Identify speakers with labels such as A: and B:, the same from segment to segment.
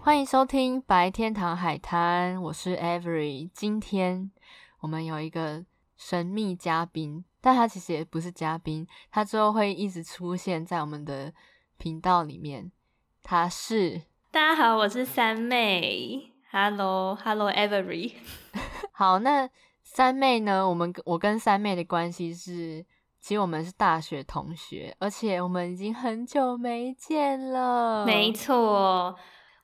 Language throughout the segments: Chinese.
A: 欢迎收听白天堂海滩，我是 Avery。今天我们有一个神秘嘉宾，但他其实也不是嘉宾，他之后会一直出现在我们的频道里面。他是
B: 大家好，我是三妹。Hello，Hello Avery。
A: 好，那三妹呢？我们我跟三妹的关系是，其实我们是大学同学，而且我们已经很久没见了。
B: 没错，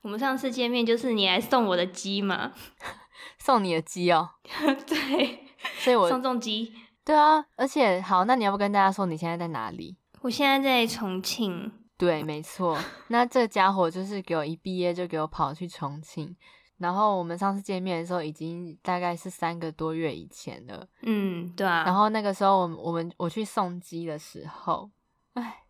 B: 我们上次见面就是你来送我的鸡嘛，
A: 送你的鸡哦，
B: 对，
A: 所以我
B: 送重鸡。
A: 对啊，而且好，那你要不要跟大家说你现在在哪里？
B: 我现在在重庆，
A: 对，没错。那这家伙就是给我一毕业就给我跑去重庆，然后我们上次见面的时候已经大概是三个多月以前了。
B: 嗯，对啊，
A: 然后那个时候我们我们我去送机的时候，哎，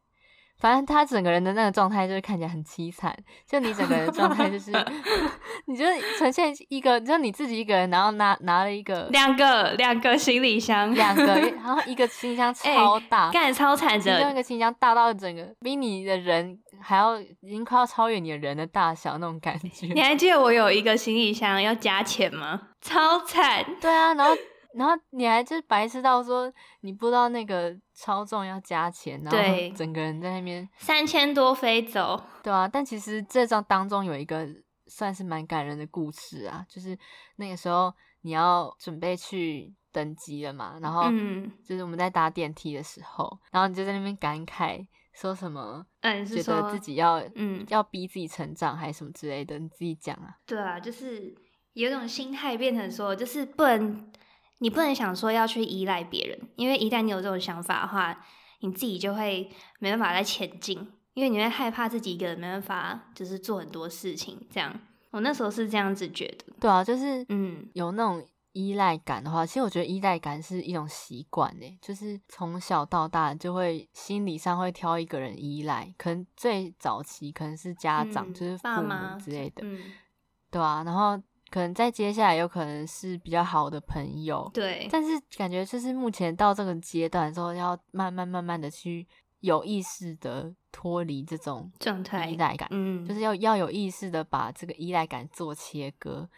A: 反正他整个人的那个状态就是看起来很凄惨，就你整个人的状态就是， 你就是呈现一个，就你自己一个人，然后拿拿了一个
B: 两个两个行李箱，
A: 两 个，然后一个行李箱
B: 哎
A: 超大，
B: 干超惨
A: 其中一
B: 的，
A: 个行李箱大到整个比你的人还要，已经快要超越你的人的大小那种 感
B: 你
A: 觉。
B: 还记得我有一个行李箱要加钱吗？超惨，
A: 对啊，然后然后你还就是白痴到说你不知道那个超重要加钱，然
B: 对
A: 后整个人在那边，
B: 三千多飞走。
A: 对啊。但其实这张当中有一个算是蛮感人的故事啊，就是那个时候你要准备去登机了嘛，然后
B: 嗯
A: 就是我们在搭电梯的时候，然后你就在那边感慨说什么，
B: 嗯，你
A: 觉
B: 是
A: 得
B: 说
A: 自己要
B: 嗯，
A: 要逼自己成长还是什么之类的，你自己讲啊。
B: 对啊，就是有一种心态变成说，就是不能，你不能想说要去依赖别人，因为一旦你有这种想法的话，你自己就会没办法再前进，因为你会害怕自己一个人没办法，就是做很多事情这样。我那时候是这样子觉得，
A: 对啊，就是
B: 嗯，
A: 有那种依赖感的话，其实我觉得依赖感是一种习惯诶，就是从小到大就会心理上会挑一个人依赖，可能最早期可能是家长，
B: 嗯
A: 就是父
B: 爸妈
A: 母之类的，
B: 嗯，
A: 对啊，然后可能再接下来有可能是比较好的朋友，
B: 对，
A: 但是感觉就是目前到这个阶段的时候，要慢慢慢慢的去有意识的脱离这种
B: 状
A: 依
B: 态，
A: 赖感。
B: 嗯，
A: 就是要要有意识的把这个依赖感做切割，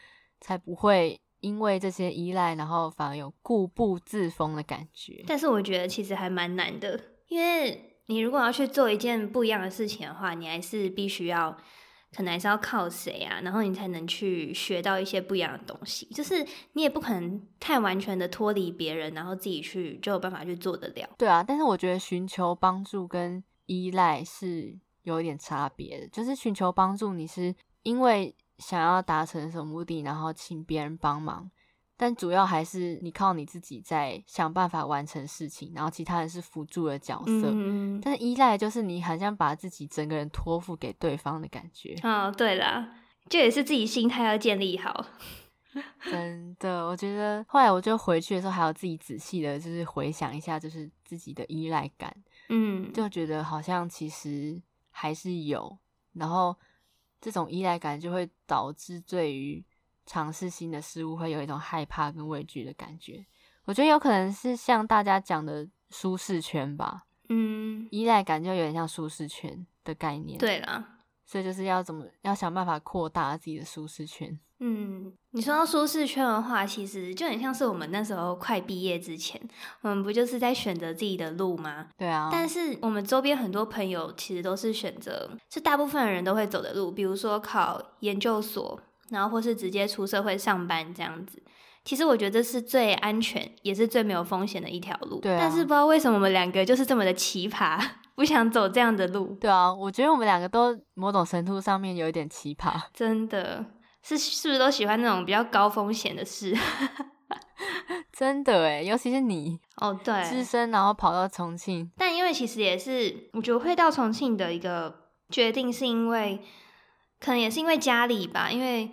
A: 才不会因为这些依赖，然后反而有固步自封的感觉。
B: 但是我觉得其实还蛮难的，因为你如果要去做一件不一样的事情的话，你还是必须要，可能还是要靠谁啊，然后你才能去学到一些不一样的东西。就是你也不可能太完全的脱离别人，然后自己去就有办法去做得了。
A: 对啊，但是我觉得寻求帮助跟依赖是有一点差别的，就是寻求帮助，你是因为想要达成什么目的，然后请别人帮忙。但主要还是你靠你自己在想办法完成事情，然后其他人是辅助的角色。
B: 嗯，
A: 但是依赖就是你好像把自己整个人托付给对方的感觉。
B: 哦，对啦，这也是自己心态要建立好。
A: 真的，我觉得后来我就回去的时候，还有自己仔细的，就是回想一下，就是自己的依赖感，
B: 嗯，
A: 就觉得好像其实还是有，然后这种依赖感就会导致对于尝试新的事物会有一种害怕跟畏惧的感觉。我觉得有可能是像大家讲的舒适圈吧，
B: 嗯，
A: 依赖感就有点像舒适圈的概念。，
B: 对啦，
A: 所以就是要怎么要想办法扩大自己的舒适圈。
B: 嗯，你说到舒适圈的话，其实就很像是我们那时候快毕业之前，我们不就是在选择自己的路吗？
A: 对啊，
B: 但是我们周边很多朋友其实都是选择，是大部分人都会走的路，比如说考研究所，然后或是直接出社会上班这样子。其实我觉得这是最安全，也是最没有风险的一条路。
A: 对啊
B: 但是不知道为什么我们两个就是这么的奇葩， 不想走这样的路，
A: 对啊，我觉得我们两个都某种程度上面有一点奇葩，
B: 真的是是不是都喜欢那种比较高风险的事？
A: 真的诶，尤其是你
B: 哦，对，
A: 只身然后跑到重庆，
B: 但因为其实也是，我觉得会到重庆的一个决定，是因为可能也是因为家里吧，因为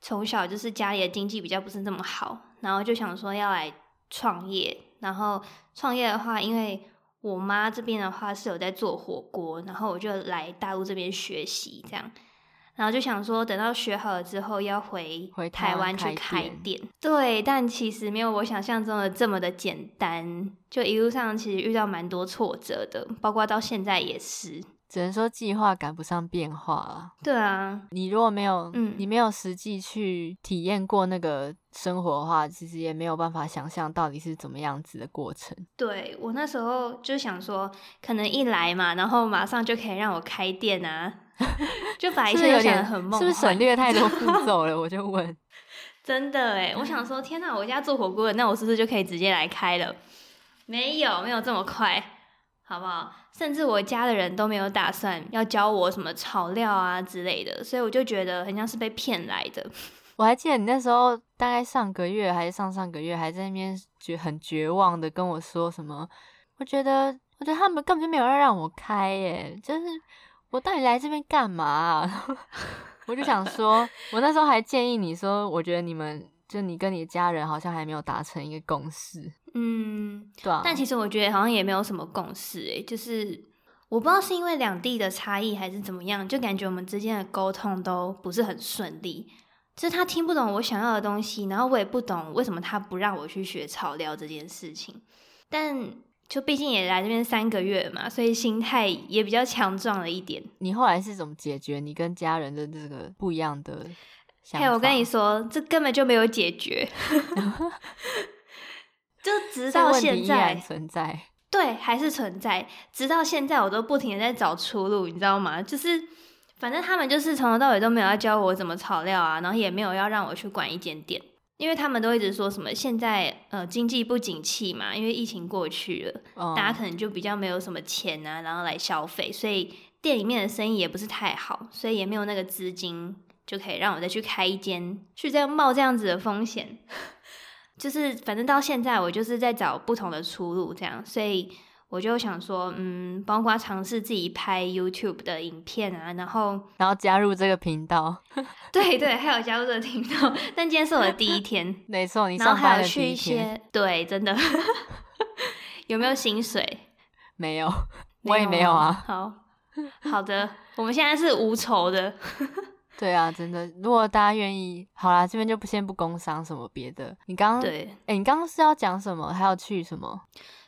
B: 从小就是家里的经济比较不是那么好，然后就想说要来创业。然后创业的话，因为我妈这边的话是有在做火锅，然后我就来大陆这边学习这样。然后就想说，等到学好了之后要回
A: 回台
B: 台
A: 湾
B: 湾去
A: 开
B: 开
A: 店
B: 店。对，但其实没有我想象中的这么的简单。就一路上其实遇到蛮多挫折的，包括到现在也是。
A: 只能说计划赶不上变化了。
B: 对啊，
A: 你如果没有，
B: 嗯
A: 你没有实际去体验过那个生活的话，其实也没有办法想象到底是怎么样子的过程。
B: 对我那时候就想说，可能一来嘛，然后马上就可以让我开 店啊，就把一
A: 是不是
B: 切
A: 有
B: 都想得
A: 点
B: 很梦幻。
A: 是不是省略太多步骤 了？我就问，
B: 真的哎，我想说，天哪，我家做火锅的，那我是不是就可以直接来开了？没有，没有这么快，好不好？甚至我家的人都没有打算要教我什么炒料啊之类的，所以我就觉得很像是被骗来的。
A: 我还记得你那时候大概上个月还是上上个月，还在那边绝很绝望的跟我说什么？我觉得，我觉得他们根本就没有要让我开耶，就是我到底来这边干嘛啊、 我就想说，我那时候还建议你说，我觉得你们就你跟你的家人好像还没有达成一个共识，
B: 嗯，
A: 对啊。
B: 但其实我觉得好像也没有什么共识哎，就是我不知道是因为两地的差异还是怎么样，就感觉我们之间的沟通都不是很顺利。就是他听不懂我想要的东西，然后我也不懂为什么他不让我去学草料这件事情。但就毕竟也来这边三个月嘛，所以心态也比较强壮了一点。
A: 你后来是怎么解决你跟家人的这个不一样的想
B: 嘿，
A: 法？
B: 我跟你说，这根本就没有 解决，就
A: 这个
B: 直到
A: 问题
B: 现
A: 依
B: 在
A: 然，存在。
B: 对，还是存在，直到现在我都不停的在找出路，你知道吗？就是反正他们就是从头到尾都没有要教我怎么炒料啊，然后也没有要让我去管一间店，因为他们都一直说什么现在呃经济不景气嘛，因为疫情过去了，
A: 嗯
B: 大家可能就比较没有什么钱啊，然后来消费，所以店里面的生意也不是太好，所以也没有那个资金就可以让我再去开一间，去再冒这样子的风险。 就是反正到现在我就是在找不同的出路，这样，所以我就想说，嗯，包括尝试自己拍 YouTube 的影片啊，然后
A: 然后加入这个频道。
B: 对对，还有加入这个频道，但今天是我的第一天，
A: 没错，你
B: 然后
A: 上班
B: 还
A: 的
B: 有去
A: 第
B: 一
A: 一天
B: 些，对，真的 有没有薪水？
A: 没有，我也没有啊。
B: 好，好的，我们现在是无酬的。
A: 对啊，真的。如果大家愿意，好啦，这边就不先不工商什么别的。你刚刚，哎、
B: 对，
A: 你刚刚是要讲什么？还要去什么？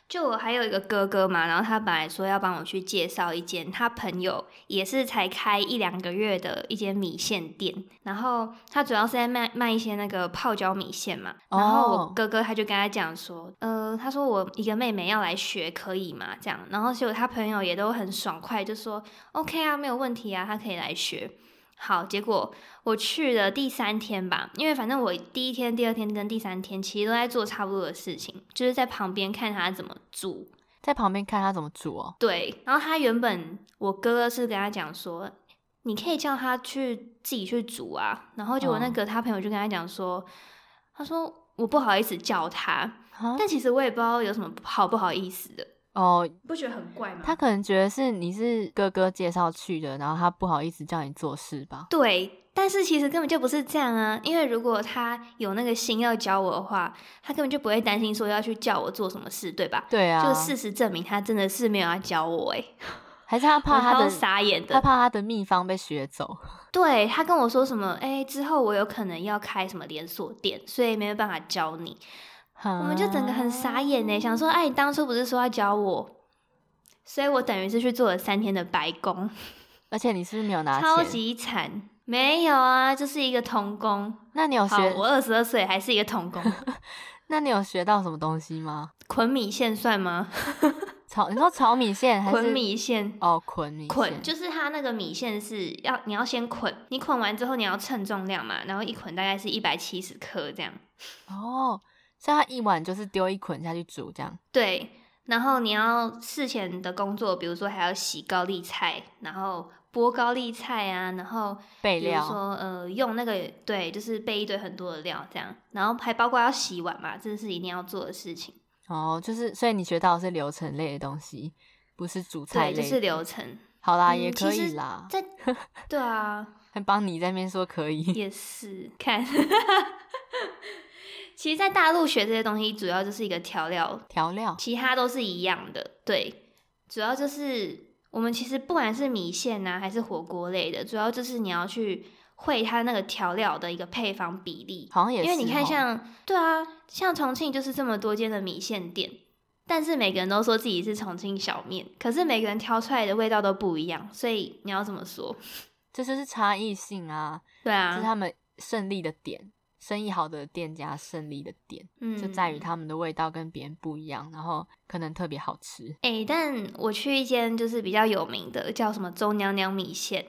B: 就我还有一个哥哥嘛，然后他本来说要帮我去介绍一间他朋友也是才开一两个月的一间米线店，然后他主要是在卖卖一些那个泡椒米线嘛。然后我
A: 哦
B: 哥哥他就跟他讲说，呃，他说我一个妹妹要来学可以吗？这样，然后结果他朋友也都很爽快，就说 OK 啊，没有问题啊，他可以来学。好，结果我去的第三天吧，因为反正我第一天、第二天跟第三天其实都在做差不多的事情，就是在旁边看他怎么煮。
A: 在旁边看他怎么煮哦。
B: 对，然后他原本我哥哥是跟他讲说，你可以叫他去自己去煮啊，然后结果那
A: 嗯
B: 个他朋友就跟他讲说，他说我不好意思叫他，
A: 啊
B: 但其实我也不知道有什么好不好意思的，
A: 哦，
B: 不觉得很怪吗
A: 他可能觉得是你是哥哥介绍去的，然后他不好意思叫你做事吧。
B: 对，但是其实根本就不是这样啊，因为如果他有那个心要教我的话，他根本就不会担心说要去叫我做什么事，对吧？
A: 对啊，
B: 就事实证明，他真的是没有要教我、欸，哎，
A: 还是他 怕他的，
B: 傻眼
A: 他
B: 的。
A: 怕他的秘方被学走。
B: 对他跟我说什么，哎、之后我有可能要开什么连锁店，所以没有办法教你。我
A: 我
B: 们就整个很傻眼呢、想说，哎、你当初不是说要教我？所以我等于是去做了三天的白工，
A: 而且你是不是没有拿钱？
B: 超级惨。没有啊，就是一个童工。
A: 那你有
B: 好，
A: 学？
B: 我二十二岁还是一个童 工，
A: 那你有学到什么东西吗？
B: 捆米线算吗？
A: 炒，你说炒米线还是
B: 捆米线，
A: 哦，捆米
B: 捆
A: 线
B: 就是它那个米线是要你要先捆，你捆完之后你要称重量嘛，然后一捆大概是一百七十克这样。
A: 哦，所以它一碗就是丢一捆下去煮这样。
B: 对，然后你要事前的工作，比如说还要洗高丽菜，然后剥高丽菜啊，然后
A: 备
B: 比如
A: 料
B: 说呃用那个对，就是备一堆很多的料这样，然后还包括要洗碗嘛，这是一定要做的事情。
A: 哦，就是所以你学到的是流程类的东西，不是煮菜
B: 对，
A: 类
B: 就
A: 的。
B: 是流程。
A: 好啦，
B: 嗯
A: 也
B: 其
A: 可
B: 实
A: 以啦，
B: 在对啊，
A: 还帮你在那边说可以。
B: 也是看。 其实，在大陆学这些东西，主要就是一个调料，
A: 调料
B: 其他都是一样的。对，主要就是我们其实不管是米线啊呐、还是火锅类的，主要就是你要去会它那个调料的一个配方比例。
A: 好像也是
B: 因
A: 哦，
B: 为你看像，对啊，像重庆就是这么多间的米线店，但是每个人都说自己是重庆小面，可是每个人挑出来的味道都不一样，所以你要怎么说？
A: 这就是差异性啊，
B: 对
A: 这是
B: 啊，
A: 他们胜利的点，生意好的店家胜利的点，
B: 嗯，
A: 就在于他们的味道跟别人不一样，然后可能特别好吃。
B: 哎、但我去一间就是比较有名的，叫什么周娘娘米线，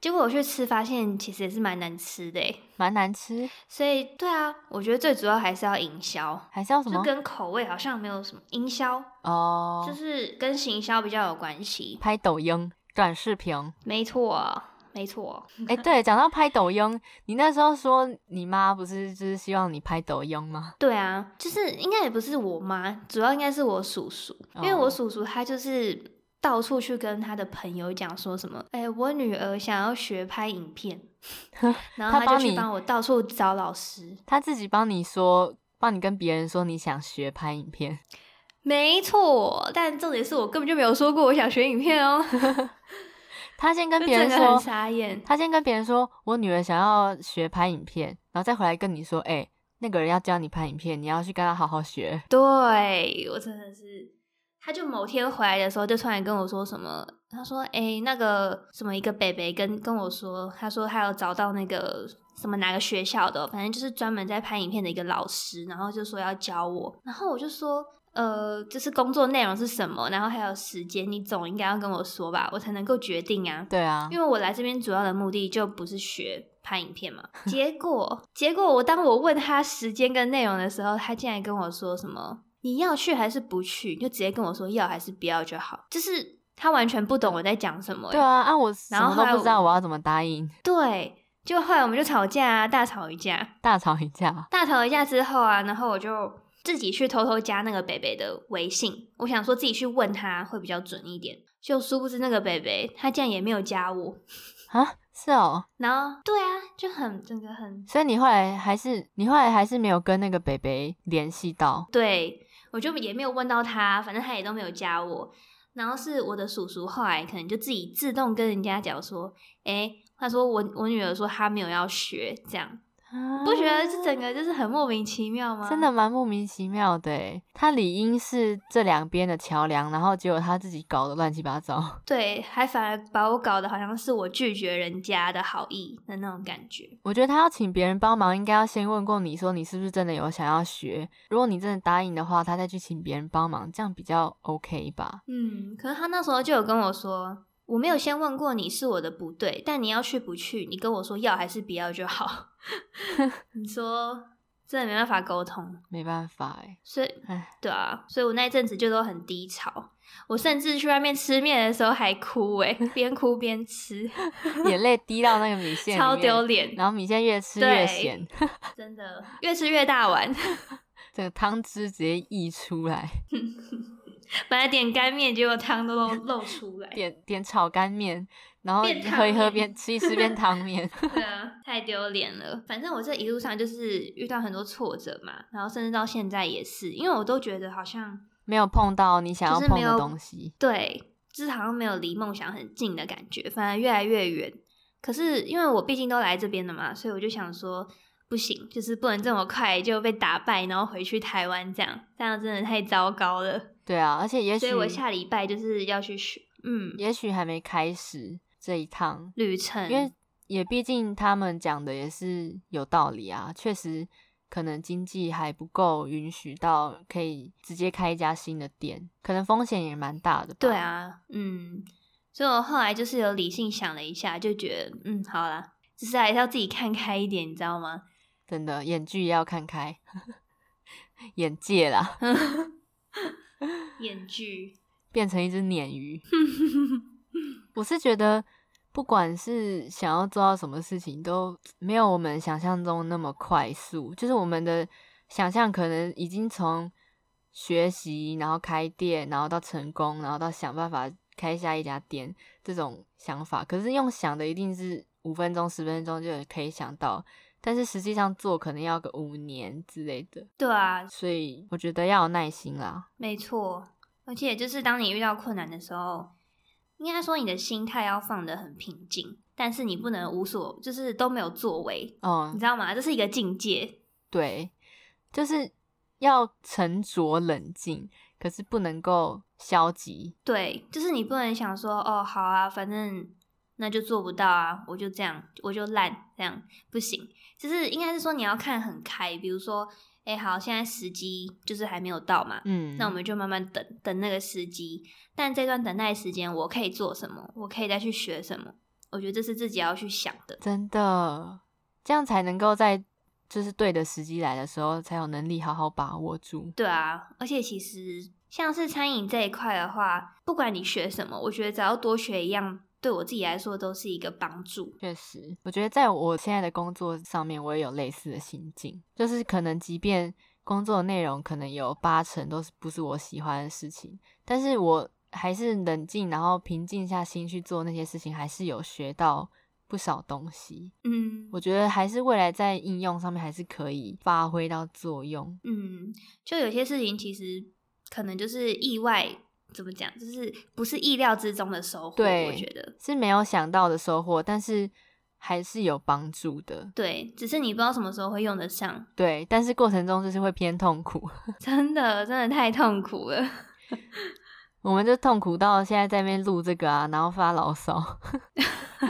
B: 结果我去吃发现其实也是蛮难吃的、欸，
A: 蛮难吃，
B: 所以对啊，我觉得最主要还是要营销，
A: 还是要什
B: 就
A: 么？
B: 跟口味好像没有什么营销，
A: 哦，
B: 就是跟行销比较有关系。
A: 拍抖音、短视频。
B: 没错，没错，
A: 哎、对，讲到拍抖音，你那时候说你妈不是就是希望你拍抖音吗？
B: 对啊，就是应该也不是我妈，主要应该是我叔叔，因为
A: 哦
B: 我叔叔他就是到处去跟他的朋友讲说什么，哎、我女儿想要学拍 影片，然后
A: 他
B: 他
A: 帮
B: 就去
A: 你
B: 帮我到处找老师。
A: 她自己帮你说，帮你跟别人说你想学拍影片，
B: 没错，但重点是我根本就没有说过我想学影 片哦，
A: 她先跟
B: 就
A: 别
B: 整
A: 人
B: 个很
A: 说，
B: 傻眼。
A: 她先跟别人说我女儿想要学拍影片，然后再回来跟你说，哎、那个人要教你拍影片，你要去跟他好好学。
B: 对我真的是，他就某天回来的时候，就突然跟我说什么，他说：“哎、那个什么一个北北跟跟我说，他说他有找到那个什么哪个学校的，哦反正就是专门在拍影片的一个老师，然后就说要教我，然后我就说。”呃，就是工作内容是什么，然后还有时间，你总应该要跟我说吧，我才能够决定啊。
A: 对啊，
B: 因为我来这边主要的目的就不是学拍影片嘛。结果，结果我当我问他时间跟内容的时候，他竟然跟我说什么“你要去还是不去”，你就直接跟我说要还是不要就好，就是他完全不懂我在讲什么欸。
A: 对啊，啊我什
B: 然后
A: 么都
B: 后来
A: 不知道，
B: 我
A: 我要怎么答应？
B: 对，就后来我们就吵架啊，大吵一架，
A: 大吵一架，
B: 大吵一架之后啊，然后我就。自己去偷偷加那个北北的微信，我想说自己去问他会比较准一点。就殊不知那个北北他竟然也没有加我，
A: 啊，是哦，
B: 然后对啊，就很整个很
A: 所以你后来还是你后来还是没有跟那个北北联系到，
B: 对我就也没有问到他，反正他也都没有加我。然后是我的叔叔后来可能就自己自动跟人家讲说，诶，他说我我女儿说她没有要学，这样不觉得这整个就是很莫名其妙吗？
A: 真的，蛮莫名其妙的欸？他理应是这两边的桥梁，然后结果他自己搞得乱七八糟。
B: 对，还反而把我搞得好像是我拒绝人家的好意的那种感觉。
A: 我觉得他要请别人帮忙，应该要先问过你说你是不是真的有想要学。如果你真的答应的话，他再去请别人帮忙，这样比较 OK 吧？
B: 嗯，可是他那时候就有跟我说，我没有先问过你是我的不对，但你要去不去，你跟我说要还是不要就好。 你说真的没办法沟通，
A: 没办法哎，
B: 所以
A: 唉，
B: 对啊，所以我那一阵子就都很低潮，我甚至去外面吃面的时候还哭诶、边哭 边吃，
A: 眼泪滴到那个 米线里面，
B: 超丢脸，
A: 然后米线越吃越
B: 对
A: 咸，
B: 真的越吃越大碗。
A: 这个汤汁直接溢出 来。
B: 本来点干面，结果汤都露出来，
A: 点点炒干面，然后
B: 变汤
A: 喝一喝
B: 面
A: 边吃一吃边汤面。
B: 对啊，太丢脸了。反正我这一路上就是遇到很多挫折嘛，然后甚至到现在也是，因为我都觉得好像
A: 没有碰到你想要
B: 就是没
A: 碰的
B: 有
A: 东西。
B: 对，就是好像没有离梦想很近的感觉，反而越来越远。可是因为我毕竟都来这边了嘛，所以我就想说，不行，就是不能这么快就被打败，然后回去台湾这样，这样真的太糟糕了。
A: 对啊，而且也
B: 所
A: 许
B: 以我下礼拜就是要去学，嗯，
A: 也许还没开始这一趟，
B: 旅程，
A: 因为也毕竟他们讲的也是有道理啊，确实可能经济还不够允许到可以直接开一家新的店，可能风险也蛮大的吧。
B: 对，啊，嗯，所以我后来就是有理性想了一下，就觉得，嗯，好啦，只是还是要自己看开一点，你知道吗？
A: 真的眼距也要看开， 眼界啦，
B: 演剧，
A: 变成一只鲶鱼。我是觉得，不管是想要做到什么事情，都没有我们想象中那么快速。就是我们的想象可能已经从学习，然后开店，然后到成功，然后到想办法开下一家店这种想法。可是用想的一定是五分钟、十分钟就可以想到，但是实际上做可能要个五年之类的。
B: 对啊，
A: 所以我觉得要有耐心啦。
B: 没错，而且就是当你遇到困难的时候，应该说你的心态要放得很平静，但是你不能无所，就是都没有作为，
A: 嗯
B: 你，知道吗？这是一个境界，
A: 对，就是要沉着冷静，可是不能够消极。
B: 对，就是你不能想说哦，好啊，反正那就做不到啊，我就这样，我就烂，这样不行。就是应该是说你要看很开，比如说，哎、好，现在时机就是还没有到嘛，
A: 嗯，
B: 那我们就慢慢等等那个时机。但这段等待时间，我可以做什么？我可以再去学什么？我觉得这是自己要去想的。
A: 真的这样才能够在就是对的时机来的时候，才有能力好好把握住。
B: 对啊，而且其实像是餐饮这一块的话，不管你学什么，我觉得只要多学一样，对我自己来说都是一个帮助。
A: 确实，我觉得在我现在的工作上面，我也有类似的心境，就是可能即便工作内容可能有八成都是不是我喜欢的事情，但是我还是冷静，然后平静下心去做那些事情，还是有学到不少东西。
B: 嗯，
A: 我觉得还是未来在应用上面还是可以发挥到作用。
B: 嗯，就有些事情其实可能就是意外，怎么讲，就是不是意料之中的收获。我
A: 对
B: 觉得
A: 是没有想到的收获，但是还是有帮助的。
B: 对，只是你不知道什么时候会用得上，
A: 对，但是过程中就是会偏痛苦，
B: 真的真的太痛苦了。
A: 我们就痛苦到现在在那边录这个啊，然后发牢骚。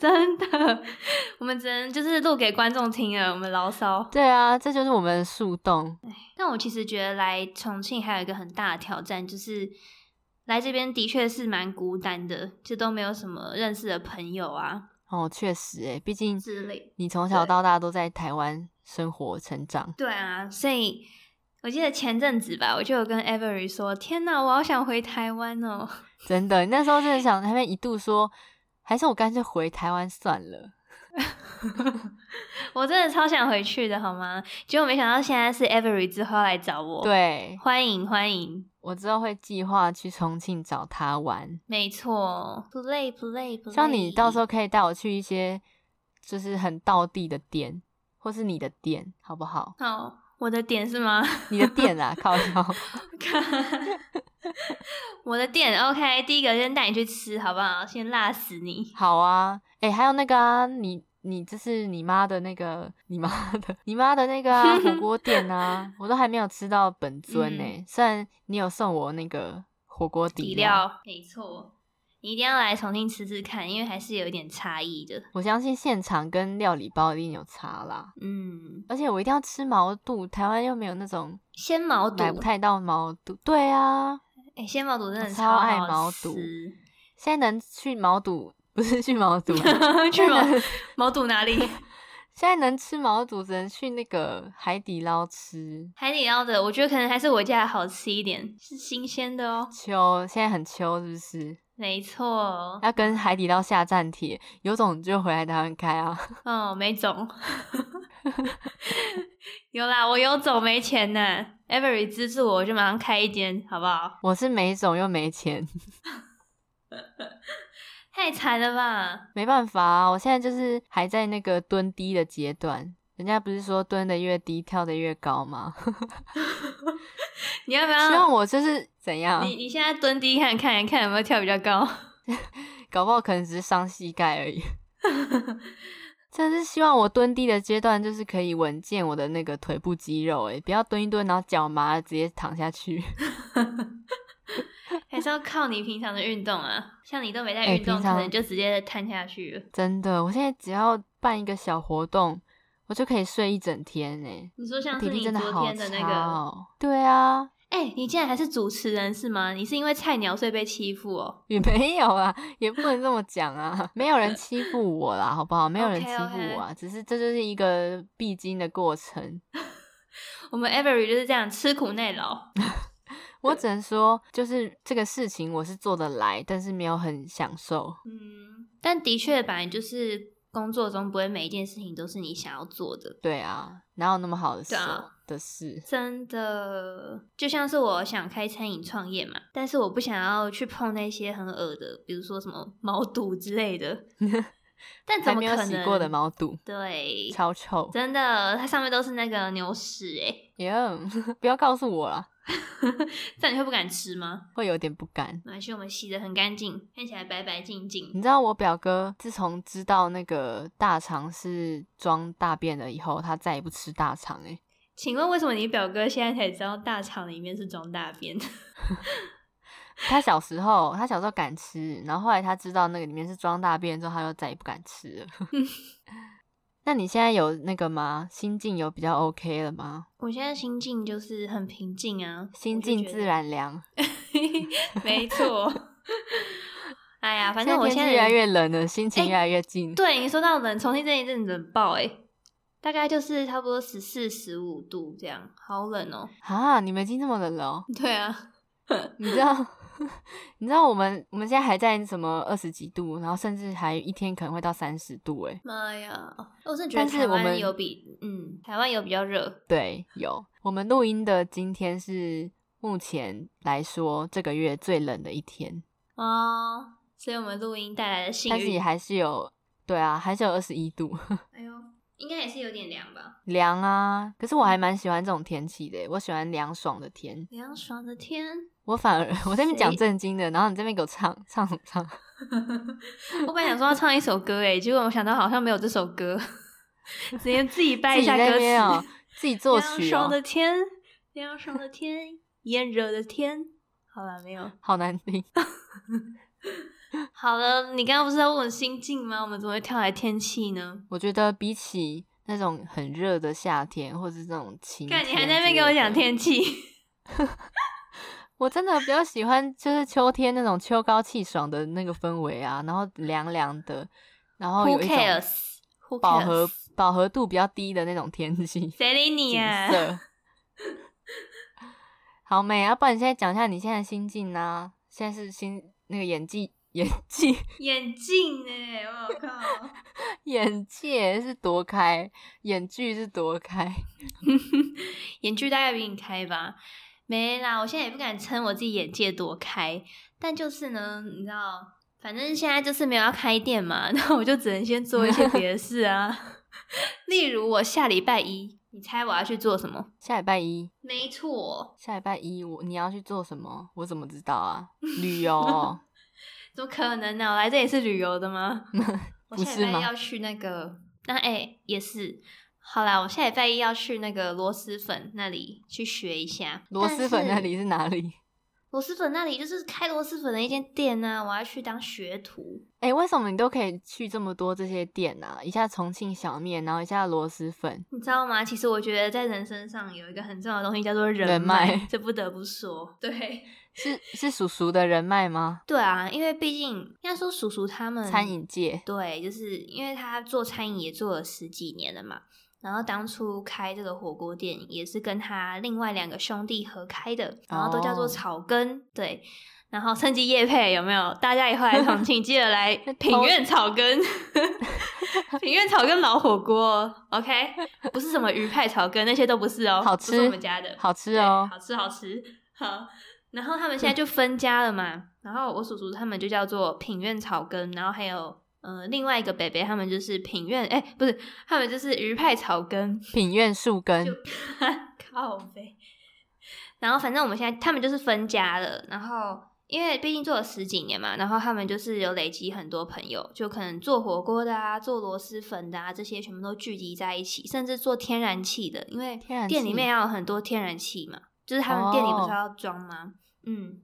B: 真的，我们只能就是录给观众听了，我们牢骚。
A: 对啊，这就是我们的树洞。
B: 但我其实觉得来重庆还有一个很大的挑战，就是来这边的确是蛮孤单的，就都没有什么认识的朋友啊
A: 哦，确实诶，毕竟
B: 之类。
A: 你从小到大都在台湾生活成长，
B: 对啊，所以我记得前阵子吧，我就有跟 Avery 说：“天哪，我好想回台湾哦。
A: 真的，你那时候真的想，他们一度说，还是我干脆回台湾算了。”
B: 我真的超想回去的，好吗？结果没想到现在是 Avery 之后要来找我，，
A: 对，
B: 欢迎欢迎，
A: 我之后会计划去重庆找他玩。
B: 没错，play play play。
A: 希望你到时候可以带我去一些就是很道地的店，或是你的店，好不好？
B: 好，我的点是吗？
A: 你的店啊， 靠腰。
B: 我的店 OK，第一个先带你去吃，好不好？先辣死你！
A: 好啊，哎、还有那个啊，你你这是你妈的那个，你妈的，你妈的那个啊火锅店啊，我都还没有吃到本尊呢、虽然你有送我那个火锅嗯
B: 底
A: 底料，
B: 料没错，你一定要来重庆吃吃看，因为还是有一点差异的。
A: 我相信现场跟料理包一定有差啦。
B: 嗯，
A: 而且我一定要吃毛肚，台湾又没有那种
B: 鲜毛肚，
A: 买不太到毛肚。对啊，
B: 哎、鲜毛肚真的
A: 我
B: 超
A: 超爱
B: 好
A: 毛 肚
B: 吃
A: 现在能去毛肚， 不是去毛肚啊、
B: 去毛毛肚哪里？
A: 现在能吃毛肚，只能去那个海底捞吃。
B: 海底捞的，我觉得可能还是我家的好吃一点，是新鲜的哦。
A: 秋现在很秋，是不是？
B: 没错，哦
A: 要跟海底捞下战帖，有种就回来台湾开啊！
B: 哦，没种。 有啦，我有种没钱呢。Avery 资助我，我就马上开一间，好不好？
A: 我是没种又没钱，
B: 太惨了吧！
A: 没办法啊！我现在就是还在那个蹲低的阶段。人家不是说蹲的越低，跳的越高吗？
B: 你要不
A: 希望
B: 要？
A: 我就是怎样，
B: 你你现在蹲低看看看有没有跳比较高？
A: 搞不好可能只是伤膝盖而已。 真是希望我蹲低的阶段，就是可以稳健我的那个腿部肌肉、欸，不要蹲一蹲，然后脚麻了直接躺下去。
B: 还是要靠你平常的运动啊？像你都没在
A: 哎
B: 运动，
A: 平
B: 可
A: 常
B: 能就直接瘫下去了。
A: 真的，我现在只要办一个小活动，我就可以睡一整天哎、
B: 你说像
A: 体
B: 是
A: 力
B: 你
A: 真的
B: 昨
A: 好
B: 天的那
A: 差
B: 个，
A: 哦。对啊，
B: 哎、你竟然还是主持人是吗？你是因为菜鸟所以被欺负哦？
A: 也没有啊，也不能这么讲啊，没有人欺负我啦，好不好？没有人欺
B: OK，OK
A: 负我啊只是这就是一个必经的过程。
B: 我们 Avery 就是这样吃苦耐劳。
A: 我只能说，就是这个事情我是做得来，但是没有很享受。
B: 嗯，但的
A: 哦
B: 确，本来就是工作中不会每一件事情都是你想要做的。
A: 对啊，哪有那么好的事
B: 对啊
A: 的事？
B: 真的，就像是我想开餐饮创业嘛，但是我不想要去碰那些很恶的，比如说什么毛肚之 类的。但怎
A: 还
B: 么
A: 没
B: 可
A: 有
B: 能？
A: 洗过的毛肚，
B: 对，
A: 超臭。
B: 真的，它上面都是那个牛屎哎、
A: 耶， 不要告诉我啦，
B: 这样你会不敢吃吗？
A: 会有点不敢。
B: 没关系，我们洗的很干净，看起来白白净净。
A: 你知道我表哥自从知道那个大肠是装大便的以后，他再也不吃大肠哎、
B: 请问为什么你表哥现在才知道大肠里面是装大便？
A: 他小时候，他小时候敢吃，然后后来他知道那个里面是装大便之后，他就再也不敢吃了。
B: 嗯
A: 那你现在有那个吗？心境有比较 OK 了吗？
B: 我现在心境就是很平静啊，
A: 心
B: 我就
A: 静
B: 觉
A: 自
B: 得，
A: 然凉。
B: 没错。 哎呀，反正我
A: 现
B: 现
A: 在天气
B: 在
A: 越来越冷了，心情
B: 哎
A: 越来越近。
B: 对你说到冷，重庆这一阵冷爆哎、大概就是差不多十四、十五度这样，好冷哦、
A: 啊，你们已经这么冷了、哦，
B: 对啊，
A: 你知道？ 你知道我们我们现在还在什么二十几度，然后甚至还一天可能会到三十度，哎，
B: 妈呀！哦我真的觉
A: 但
B: 得
A: 是
B: 台
A: 我
B: 湾
A: 们
B: 有比嗯，台湾有比较热，
A: 对，有。我们录音的今天是目前来说这个月最冷的一天，
B: 哦，所以我们录音带来的幸
A: 但是也
B: 运，
A: 还是有，对啊，还是有二十一度，
B: 哎呦，应该也是有点凉吧，
A: 凉啊。可是
B: 嗯
A: 我还蛮喜欢这种天气的，我喜欢凉爽的天。
B: 凉爽的天。
A: 我反而 我在那边讲
B: 谁
A: 正经的，然后你这边给我唱唱什么唱？
B: 我本来想说要唱一首歌哎，结果我想到好像没有这首歌，直接自己掰
A: 自
B: 一
A: 己
B: 下
A: 在那
B: 歌
A: 边哦
B: 词。，
A: 自己作
B: 凉
A: 曲
B: 爽
A: 哦，
B: 的天，凉爽的天，炎热的天。好了，没有。
A: 好难听。
B: 好了，你刚刚不是在问我心境吗？我们怎么会跳来天气呢？
A: 我觉得比起那种很热的夏天，或者是那种晴天
B: 看
A: 之
B: 你
A: 类的，
B: 还在那边给我讲天气，
A: 我真的比较喜欢就是秋天那种秋高气爽的那个氛围啊，然后凉凉的，然后
B: Who
A: 哦有一种
B: cares？Who
A: 饱和
B: cares？
A: 饱和度比较低的那种天气
B: 谁理你
A: 景
B: 啊？
A: 色。好美，要、不然你现在讲一下你现在的心境啊？现在是心那个演技演技
B: 眼镜哎、我靠！
A: 眼界是多开，眼距是多开。
B: 眼距大概比你开吧。没啦，我现在也不敢称我自己眼界多开，但就是呢，你知道，反正现在就是没有要开店嘛， 那我就只能先做一些别的事啊。 例如，我下礼拜一，你猜我要去做什么？
A: 下礼拜一，
B: 没错，
A: 下礼拜一我你要去做什么？我怎么知道啊？旅游 哦、
B: 怎么可能呢、我来这里是旅游的 吗？我
A: 不
B: 下
A: 是
B: 礼拜
A: 吗
B: 一要去那个，那哎、也是。好啦，我下礼拜一要去那个螺蛳粉那里去学一下。
A: 螺蛳粉那
B: 但是
A: 里是哪里？
B: 螺蛳粉那里就是开螺蛳粉的一间店呢、我要去当学徒。
A: 哎、为什么你都可以去这么多这些店啊？一下重庆小面，然后一下螺蛳粉，
B: 你知道吗？其实我觉得在人身上有一个很重要的东西叫做人
A: 人
B: 脉，
A: 脉
B: 这不得不说。对
A: 是是叔叔的人脉吗？
B: 对啊，因为毕竟应该说叔叔他们
A: 餐饮界，
B: 对，就是因为他做餐饮也做了十几年了嘛。然后当初开这个火锅店也是跟他另外两个兄弟合开的，然后都叫做
A: 哦
B: 草根。对，然后趁机夜配有没有？大家以后来重 庆记得来品苑草根，品苑草根老火锅哦，OK，不是什么鱼派草根那些都不是哦，
A: 好
B: 不是
A: 吃
B: 我们家的，
A: 好吃哦
B: 对好吃好吃好。然后他们现在就分家了嘛，然后我叔叔他们就叫做品苑草根，然后还有呃另外一个北北他们就是品苑，哎、不是，他们就是鱼派草根，
A: 品苑树根，
B: 靠呗。然后反正我们现在他们就是分家了，然后因为毕竟做了十几年嘛，然后他们就是有累积很多朋友，就可能做火锅的啊，做螺蛳粉的啊，这些全部都聚集在一起，甚至做天然气的，因为
A: 天然
B: 店里
A: 气
B: 面要有很多天然气嘛，就是他们店里不
A: 哦
B: 是要装吗？嗯，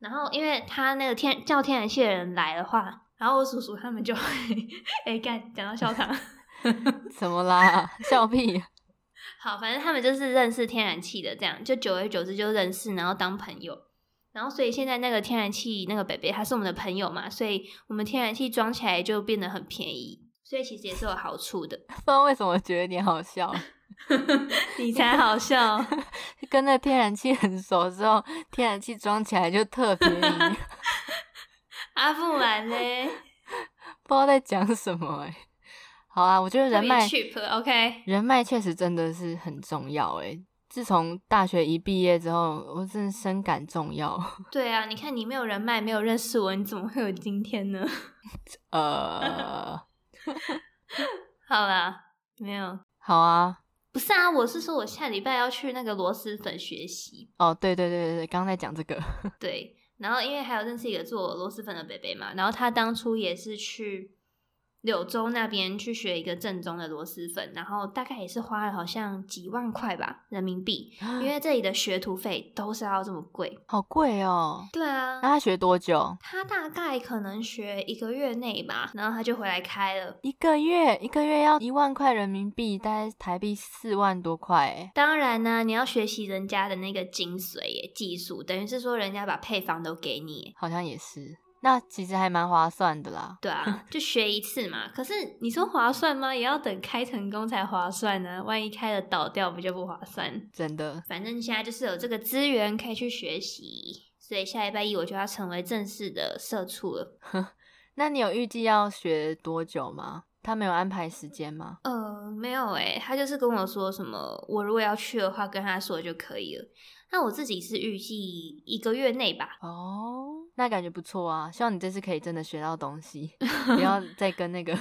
B: 然后因为他那个天叫天然气的人来的话，然后我叔叔他们就会，哎、干讲到笑场。
A: 怎么啦？笑屁！ 啊
B: 好，反正他们就是认识天然气的，这样就久而久之就认识，然后当朋友。然后所以现在那个天然气那个北北他是我们的朋友嘛，所以我们天然气装起来就变得很便宜，所以其实也是有好处的。
A: 不知道为什么觉得有点好笑，
B: 你才好笑，
A: 跟那天然气很熟之后，天然气装起来就特便宜，
B: 阿不然 嘞，
A: 不知道在讲什么哎、 好啊，我觉得人脉
B: cheap，OK，、
A: 人脉确实真的是很重要诶、自从大学一毕业之后，我真的深感重要。
B: 对啊，你看你没有人脉，没有认识我，你怎么会有今天呢？
A: 呃，
B: 好啦，没有，
A: 好啊，
B: 不是啊，我是说我下礼拜要去那个螺蛳粉学习，
A: 哦，对对对对对，刚刚在讲这个，
B: 对，然后因为还有认识一个做螺蛳粉的北北嘛，然后他当初也是去柳州那边去学一个正宗的螺蛳粉，然后大概也是花了好像几万块吧人民币，因为这里的学徒费都是要这么贵。
A: 好贵哦。
B: 对啊，
A: 那他学多久？
B: 他大概可能学一个月内吧，然后他就回来开了。
A: 一个月，一个月要一万块人民币，大概台币四万多块哎。
B: 当然呢，你要学习人家的那个精髓耶技术，等于是说人家把配方都给你耶。
A: 好像也是。那其实还蛮划算的啦。
B: 对啊，就学一次嘛。可是你说划算吗？也要等开成功才划算呢、万一开了倒掉，不就不划算？
A: 真的，
B: 反正现在就是有这个资源可以去学习，所以下礼拜一我就要成为正式的社畜了。
A: 那你有预计要学多久吗？他没有安排时间吗？
B: 呃，没有诶、他就是跟我说什么，我如果要去的话，跟他说就可以了。那我自己是预计一个月内吧。
A: 哦，那感觉不错啊！希望你这次可以真的学到东 西，不要再跟那个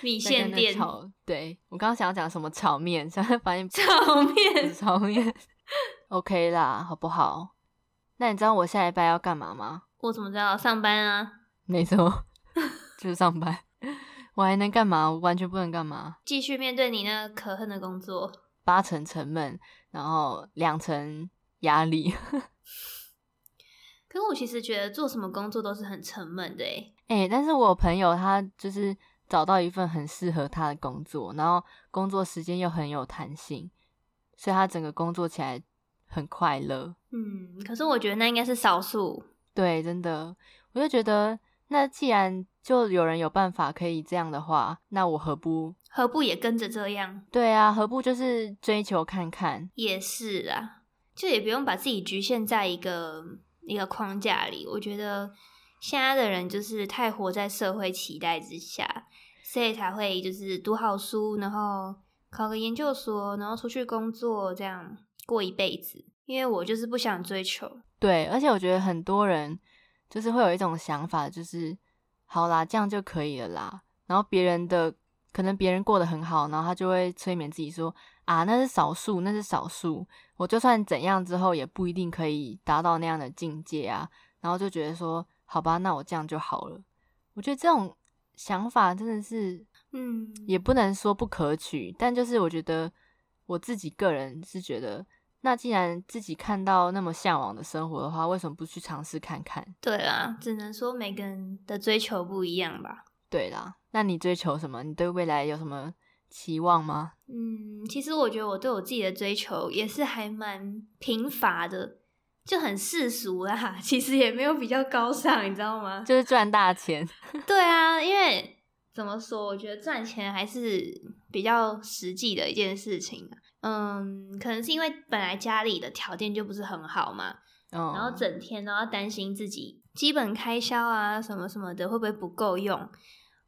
B: 米
A: 再跟
B: 线
A: 那
B: 店
A: 炒。对我刚刚想要讲什么炒面，现在发现
B: 炒
A: 不
B: 面
A: 是炒面。OK 啦，好不好？那你知道我下礼拜要干嘛吗？
B: 我怎么知道？上班啊，
A: 没错， 就是上班。我还能干嘛？我完全不能干嘛。
B: 继续面对你那可恨的工作。
A: 八成沉闷，然后两成压力。
B: 可是我其实觉得做什么工作都是很沉闷的欸诶、
A: 哎、但是我有朋友他就是找到一份很适合他的工作，然后工作时间又很有弹性，所以他整个工作起来很快乐。
B: 嗯，可是我觉得那应该是少数。
A: 对，真的，我就觉得，那既然就有人有办法可以这样的话，那我何不？
B: 何不也跟着这样？
A: 对啊，何不就是追求看看？
B: 也是啊，就也不用把自己局限在一个一个框架里。我觉得现在的人就是太活在社会期待之下，所以才会就是读好书，然后考个研究所，然后出去工作，这样过一辈子。因为我就是不想追求，
A: 对，而且我觉得很多人就是会有一种想法，就是好啦，这样就可以了啦。然后别人的可能别人过得很好，然后他就会催眠自己说啊，那是少数，那是少数。我就算怎样之后，也不一定可以达到那样的境界啊。然后就觉得说，好吧，那我这样就好了。我觉得这种想法真的是
B: 嗯，
A: 也不能说不可取，但就是我觉得我自己个人是觉得，那既然自己看到那么向往的生活的话，为什么不去尝试看看？
B: 对啊，只能说每个人的追求不一样吧。
A: 对啦，那你追求什么？你对未来有什么期望吗？
B: 嗯，其实我觉得我对我自己的追求也是还蛮贫乏的，就很世俗啦。 其实也没有比较高尚，你知道吗？
A: 就是赚大钱。
B: 对啊，因为怎么说，我觉得赚钱还是比较实际的一件事情啊。嗯，可能是因为本来家里的条件就不是很好嘛，
A: 嗯，
B: 然后整天都要担心自己基本开销啊什么什么的会不会不够用，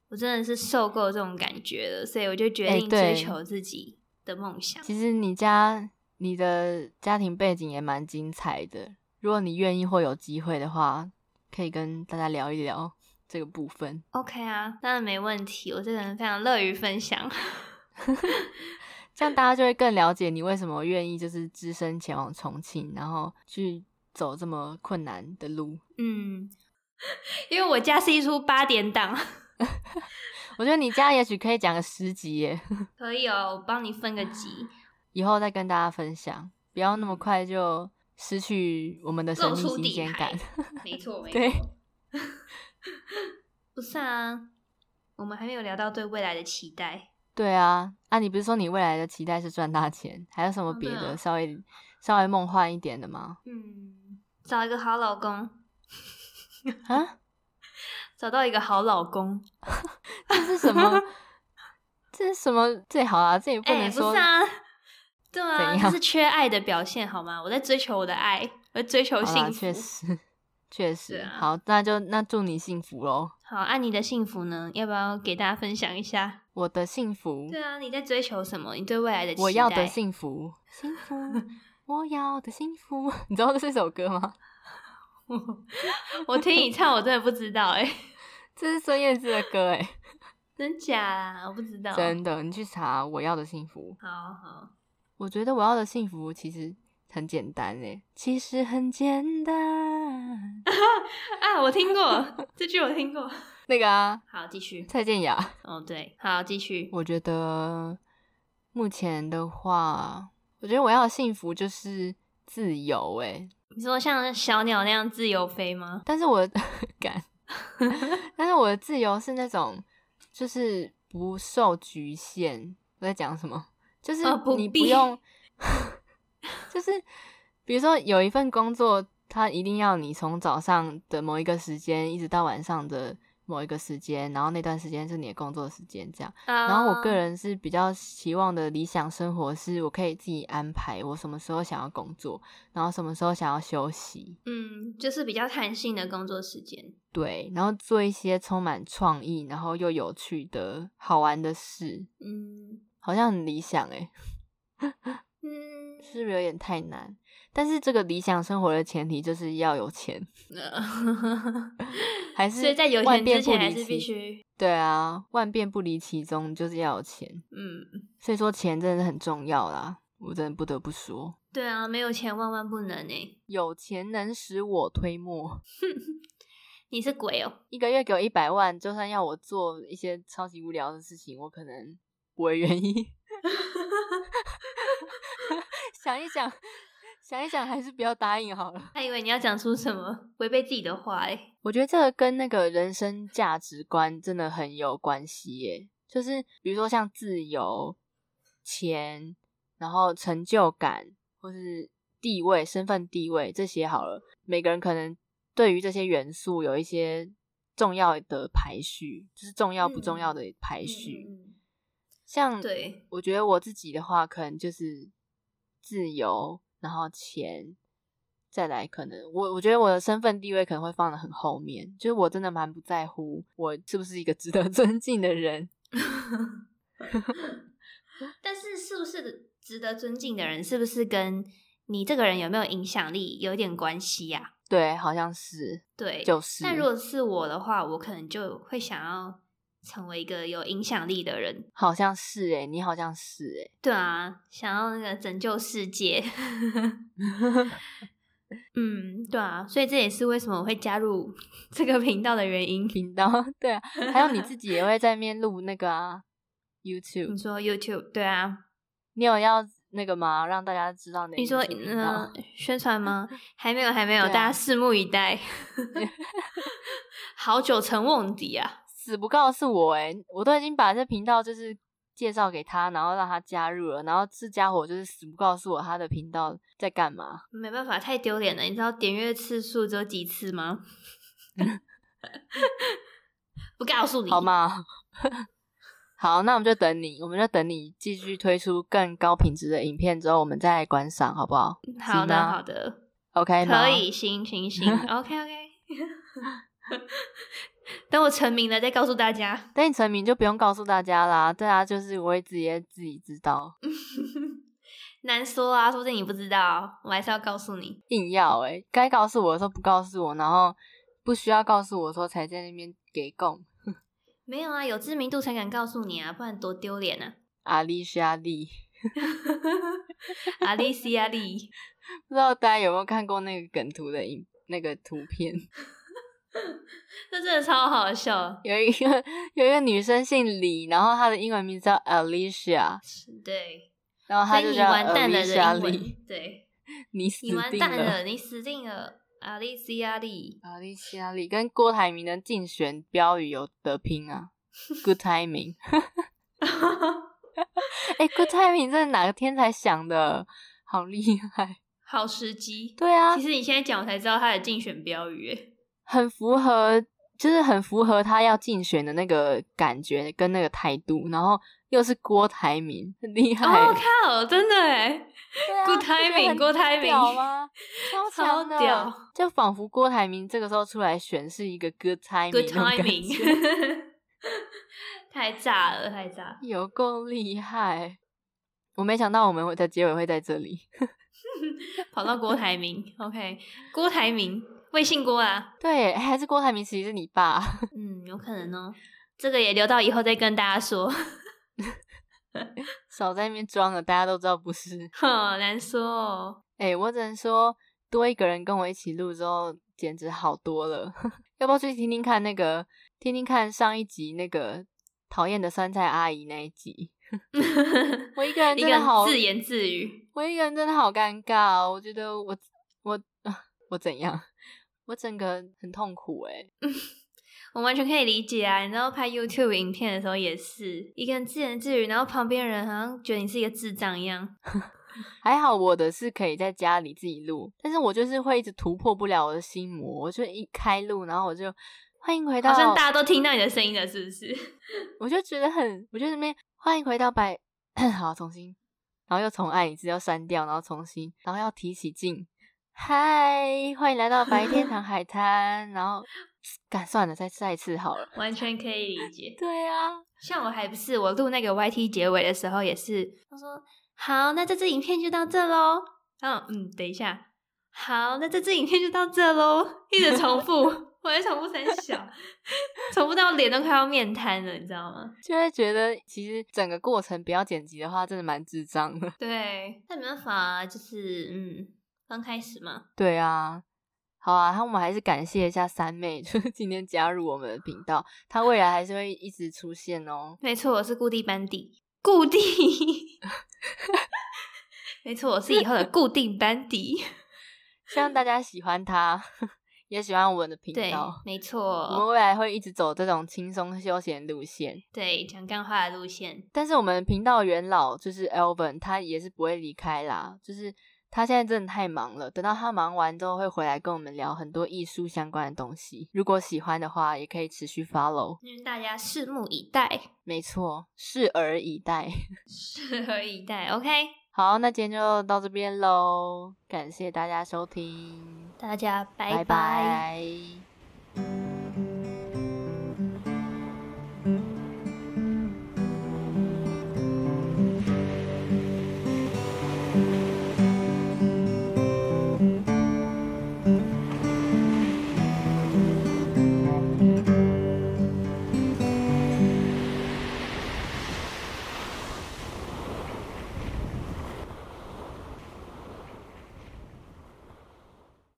B: 我真的是受够这种感觉了，所以我就决
A: 哎
B: 定
A: 对
B: 追求自己的梦想。
A: 其实你家你的家庭背景也蛮精彩的，如果你愿意或有机会的话，可以跟大家聊一聊这个部分。
B: OK 啊，当然没问题，我这个人非常乐于分享。
A: 这样大家就会更了解你为什么愿意就是只身前往重庆，然后去走这么困难的路。
B: 嗯，因为我家是一出八点档，
A: 我觉得你家也许可以讲个十集耶，
B: 可以哦，我帮你分个级，
A: 以后再跟大家分享，不要那么快就失去我们的生
B: 嗯露出
A: 命新
B: 底
A: 鲜
B: 牌
A: 感。。
B: 没错，没
A: 对
B: 错。不是啊，我们还没有聊到对未来的期待。
A: 对啊，啊，你不是说你未来的期待是赚大钱，还有什么
B: 哦
A: 别
B: 对啊
A: 的、稍微稍微梦幻一点的吗？
B: 嗯，找一个好老 公，
A: 啊，
B: 找到一个好老公。
A: 这是什么？ 这是什么最好啊？这也不
B: 哎、
A: 能
B: 不
A: 说、
B: 是啊，对啊，
A: 怎
B: 这
A: 样
B: 是缺爱的表现好吗？我在追求我的爱，我在追求
A: 好啦，
B: 幸
A: 确
B: 福。
A: 实，确实，
B: 对啊
A: 好，那就那祝你幸福喽。
B: 好，按、你的幸福呢？要不要给大家分享一下？
A: 我的幸福，
B: 对啊，你在追求什么？你对未来的期待？
A: 我要的幸福，幸福，我要的幸福。 你知道这是首歌吗？
B: 我听你唱，我真的不知道哎、
A: 这是孙燕姿的歌哎、
B: 真假啦？我不知道。
A: 真的，你去查《我要的幸福》。
B: 好好，
A: 我觉得我要的幸福其实很简单哎、其实很简单。
B: 啊，我听过这句，我听过。
A: 那个啊，
B: 好，继续。
A: 蔡健雅，
B: 哦，对，好，继续。
A: 我觉得目前的话，我觉得我要的幸福就是自由、欸，诶，
B: 你说像小鸟那样自由飞吗？
A: 但是 我敢，但是我的自由是那种就是不受局限。我在讲什么？就是
B: 呃不
A: 你不
B: 必
A: 用， 就是比如说有一份工作，它一定要你从早上的某一个时间一直到晚上的某一个时间，然后那段时间是你的工作时间，这样。然后我个
B: 啊，
A: 人是比较期望的理想生活是，我可以自己安排我什么时候想要工作，然后什么时候想要休息，
B: 嗯，就是比较弹性的工作时间。
A: 对，然后做一些充满创意，然后又有趣的好玩的事，
B: 嗯
A: 好像很理想诶、
B: 嗯，
A: 是不是有点太难？但是这个理想生活的前提就是要有钱， 还是
B: 呃所以在有
A: 万
B: 钱
A: 变
B: 之
A: 不
B: 前还
A: 离
B: 是必
A: 其
B: 须，
A: 对啊，万变不离其宗，就是要有钱，
B: 嗯，
A: 所以说钱真的是很重要啦，我真的不得不说。
B: 对啊，没有钱万万不能欸呢。
A: 有钱能使我推磨，
B: 你是鬼哦、
A: 一个月给我一百万，就算要我做一些超级无聊的事情，我可能我也愿意。 想一想，想一想，还是不要答应好了。
B: 他以为你要讲出什么违背自己的话哎。
A: 我觉得这个跟那个人生价值观真的很有关系耶。就是比如说像自由、钱，然后成就感，或是地位、身份地位这些好了，每个人可能对于这些元素有一些重要的排序，就是重要不重要的排序。
B: 嗯
A: 像
B: 嗯对，
A: 我觉得我自己的话，可能就是自由，然后钱，再来可能我我觉得我的身份地位可能会放的很后面，就是我真的蛮不在乎我是不是一个值得 尊敬的人。
B: 但是是不是值得尊敬的人，是不是跟你这个人有没有影响力有一点关系呀、
A: 对，好像是
B: 对，
A: 就是。
B: 那如果是我的话，我可能就会想要成为一个有影响力的人。
A: 好像是诶、你好像是欸诶、
B: 对啊，想要那个拯救世界。 嗯，对啊，所以这也是为什么我会加入 这个频道的原因。
A: 频道 对啊，还有你自己也会在面录那个啊 YouTube，
B: 你说 YouTube 对啊，
A: 你有要那个吗？让大家知道你的
B: 你说
A: YouTube 频
B: 嗯、
A: 道
B: 呃宣传 吗？还没有，还没有，
A: 对啊
B: 大家拭目以 待。 好久成瓮底啊！
A: 死不告诉我哎、我都已经把这频道就是介绍给他，然后让他加入了，然后这家伙就是死不告诉我他的频道在干嘛。
B: 没办法，太丢脸了。你知道点阅次数只有几 次吗？ 不告诉你
A: 好？吗？ 好，那我们就等你，我们就等你继续推出更高品质的影片之后，我们再来观赏，好不好
B: 好
A: 行
B: 的，
A: 吗
B: 好的，
A: ？OK 吗？
B: 嗯可。以，行 行行，OK OK 。 等我成名了再告诉大家。
A: 等你成名就不用告诉大家啦，大家就是我会直接自己知道。
B: 难说啊，说不定你不知道，我还是要告诉你。
A: 硬要诶、该告诉我的时候不告诉我，然后不需要告诉我的时候才在那边给供。
B: 没有啊，有知名度才敢告诉你啊，不然多丢脸啊！
A: 阿丽是阿丽。
B: 阿丽西亚丽，
A: 不知道大家有没有看过那个梗图的影那个图片？
B: 这真的超好笑。
A: 有一个有一个女生姓李，然后她的英文名字叫 Alicia，
B: 对，
A: 然后
B: 所
A: 她
B: 以
A: 就
B: 你
A: 叫
B: 完蛋了
A: Alicia
B: 的英
A: 李，
B: 文，对
A: 你死
B: 你
A: 定
B: 完蛋了，你死定了，阿丽西 亚丽。
A: Alicia 李跟郭台铭的竞选标语有得拼 啊！Good timing，哎、g o o d timing 这是哪个天才想的？好厉害！
B: 好时机。
A: 对啊
B: 其，实你现在讲，我才知道他的竞选标语耶。
A: 很符合，就是很符合他要竞选的那个感觉跟那个态度，然后又是郭台铭，很厉害。
B: 哦靠，真的哎
A: 对啊
B: ，Good timing，郭台铭，
A: 屌 吗？超强的
B: 超屌，
A: 就仿佛郭台铭这个时候出来选是一个 good timing，
B: ，Good
A: 那种感觉
B: timing，太炸了，太炸了。
A: 有够厉害。我没想到我们会在结尾会在这里。
B: 跑到郭台 铭，OK，郭台铭，魏信郭啊，
A: 对，哎还是郭台铭其实是你爸。
B: 嗯，有可能哦。这个也留到以后再跟大家说，
A: 少在那边装了，大家都知道不是。
B: 好难说哦。
A: 哎、我只能说，多一个人跟我一起录之后，简直好多了。 要不要去听听看那个，听听看上一集那个讨厌的酸菜阿姨那一集？ 我一个人
B: 一
A: 真
B: 个
A: 的
B: 人
A: 好，
B: 自言自语，
A: 我一个人真的好尴尬、哦。我觉得我我 我怎样？我整个很痛苦欸诶、
B: 我完全可以理解啊。你知道拍 YouTube 影片的时候也是一个人自言自语，然后旁边人好像觉得你是一个智障一样。
A: 还好我的是可以在家里自己录，但是我就是会一直突破不了我的心魔。我就一开录，然后我就欢迎回到，
B: 好像大家都听到你的声音了，是不是？
A: 我就觉得很，我就在那边欢迎回到白， 好重新，然后又重按一次，要删掉，然后重新，然后要提起劲，嗨，欢迎来到白天堂海滩，然后 干算了，再再一次好了。
B: 完全可以理解。
A: 对啊，
B: 像我还不是我录那个 YT 结尾的时候也是，他说好，那这支影片就到这喽。然后嗯，等一下，好，那这支影片就到这喽，一直重复， 我在重复三小，重复到脸都快要面瘫了，你知道吗？
A: 就会觉得其实整个过程不要剪辑的话，真的蛮智障的。
B: 对，但没办法、啊，就是嗯，刚开始嘛，
A: 对啊，好啊，那我们还是感谢一下三妹， 就是今天加入我们的频道，她未来还是会一直出现哦。
B: 没错，我是固定班底，固定， 没错，我是以后的固定 班底，
A: 希望大家喜欢她， 也喜欢我们的频
B: 对
A: 道，。
B: 没
A: 我们
B: 错，
A: 未来会一直走这种轻松休闲路线，
B: 对，讲干话的路线。
A: 但是我们频道元老就是 Elvin，他也是不会离开啦，就是。他现在真的太忙了，等到他忙完之后会回来跟我们聊很多艺术相关的东西。如果喜欢的话，也可以持续 follow。
B: 因为大家拭目以待，
A: 没错，拭而以待。
B: 拭而以待。OK，
A: 好，那今天就到这边喽，感谢大家收听，
B: 大家拜
A: 拜拜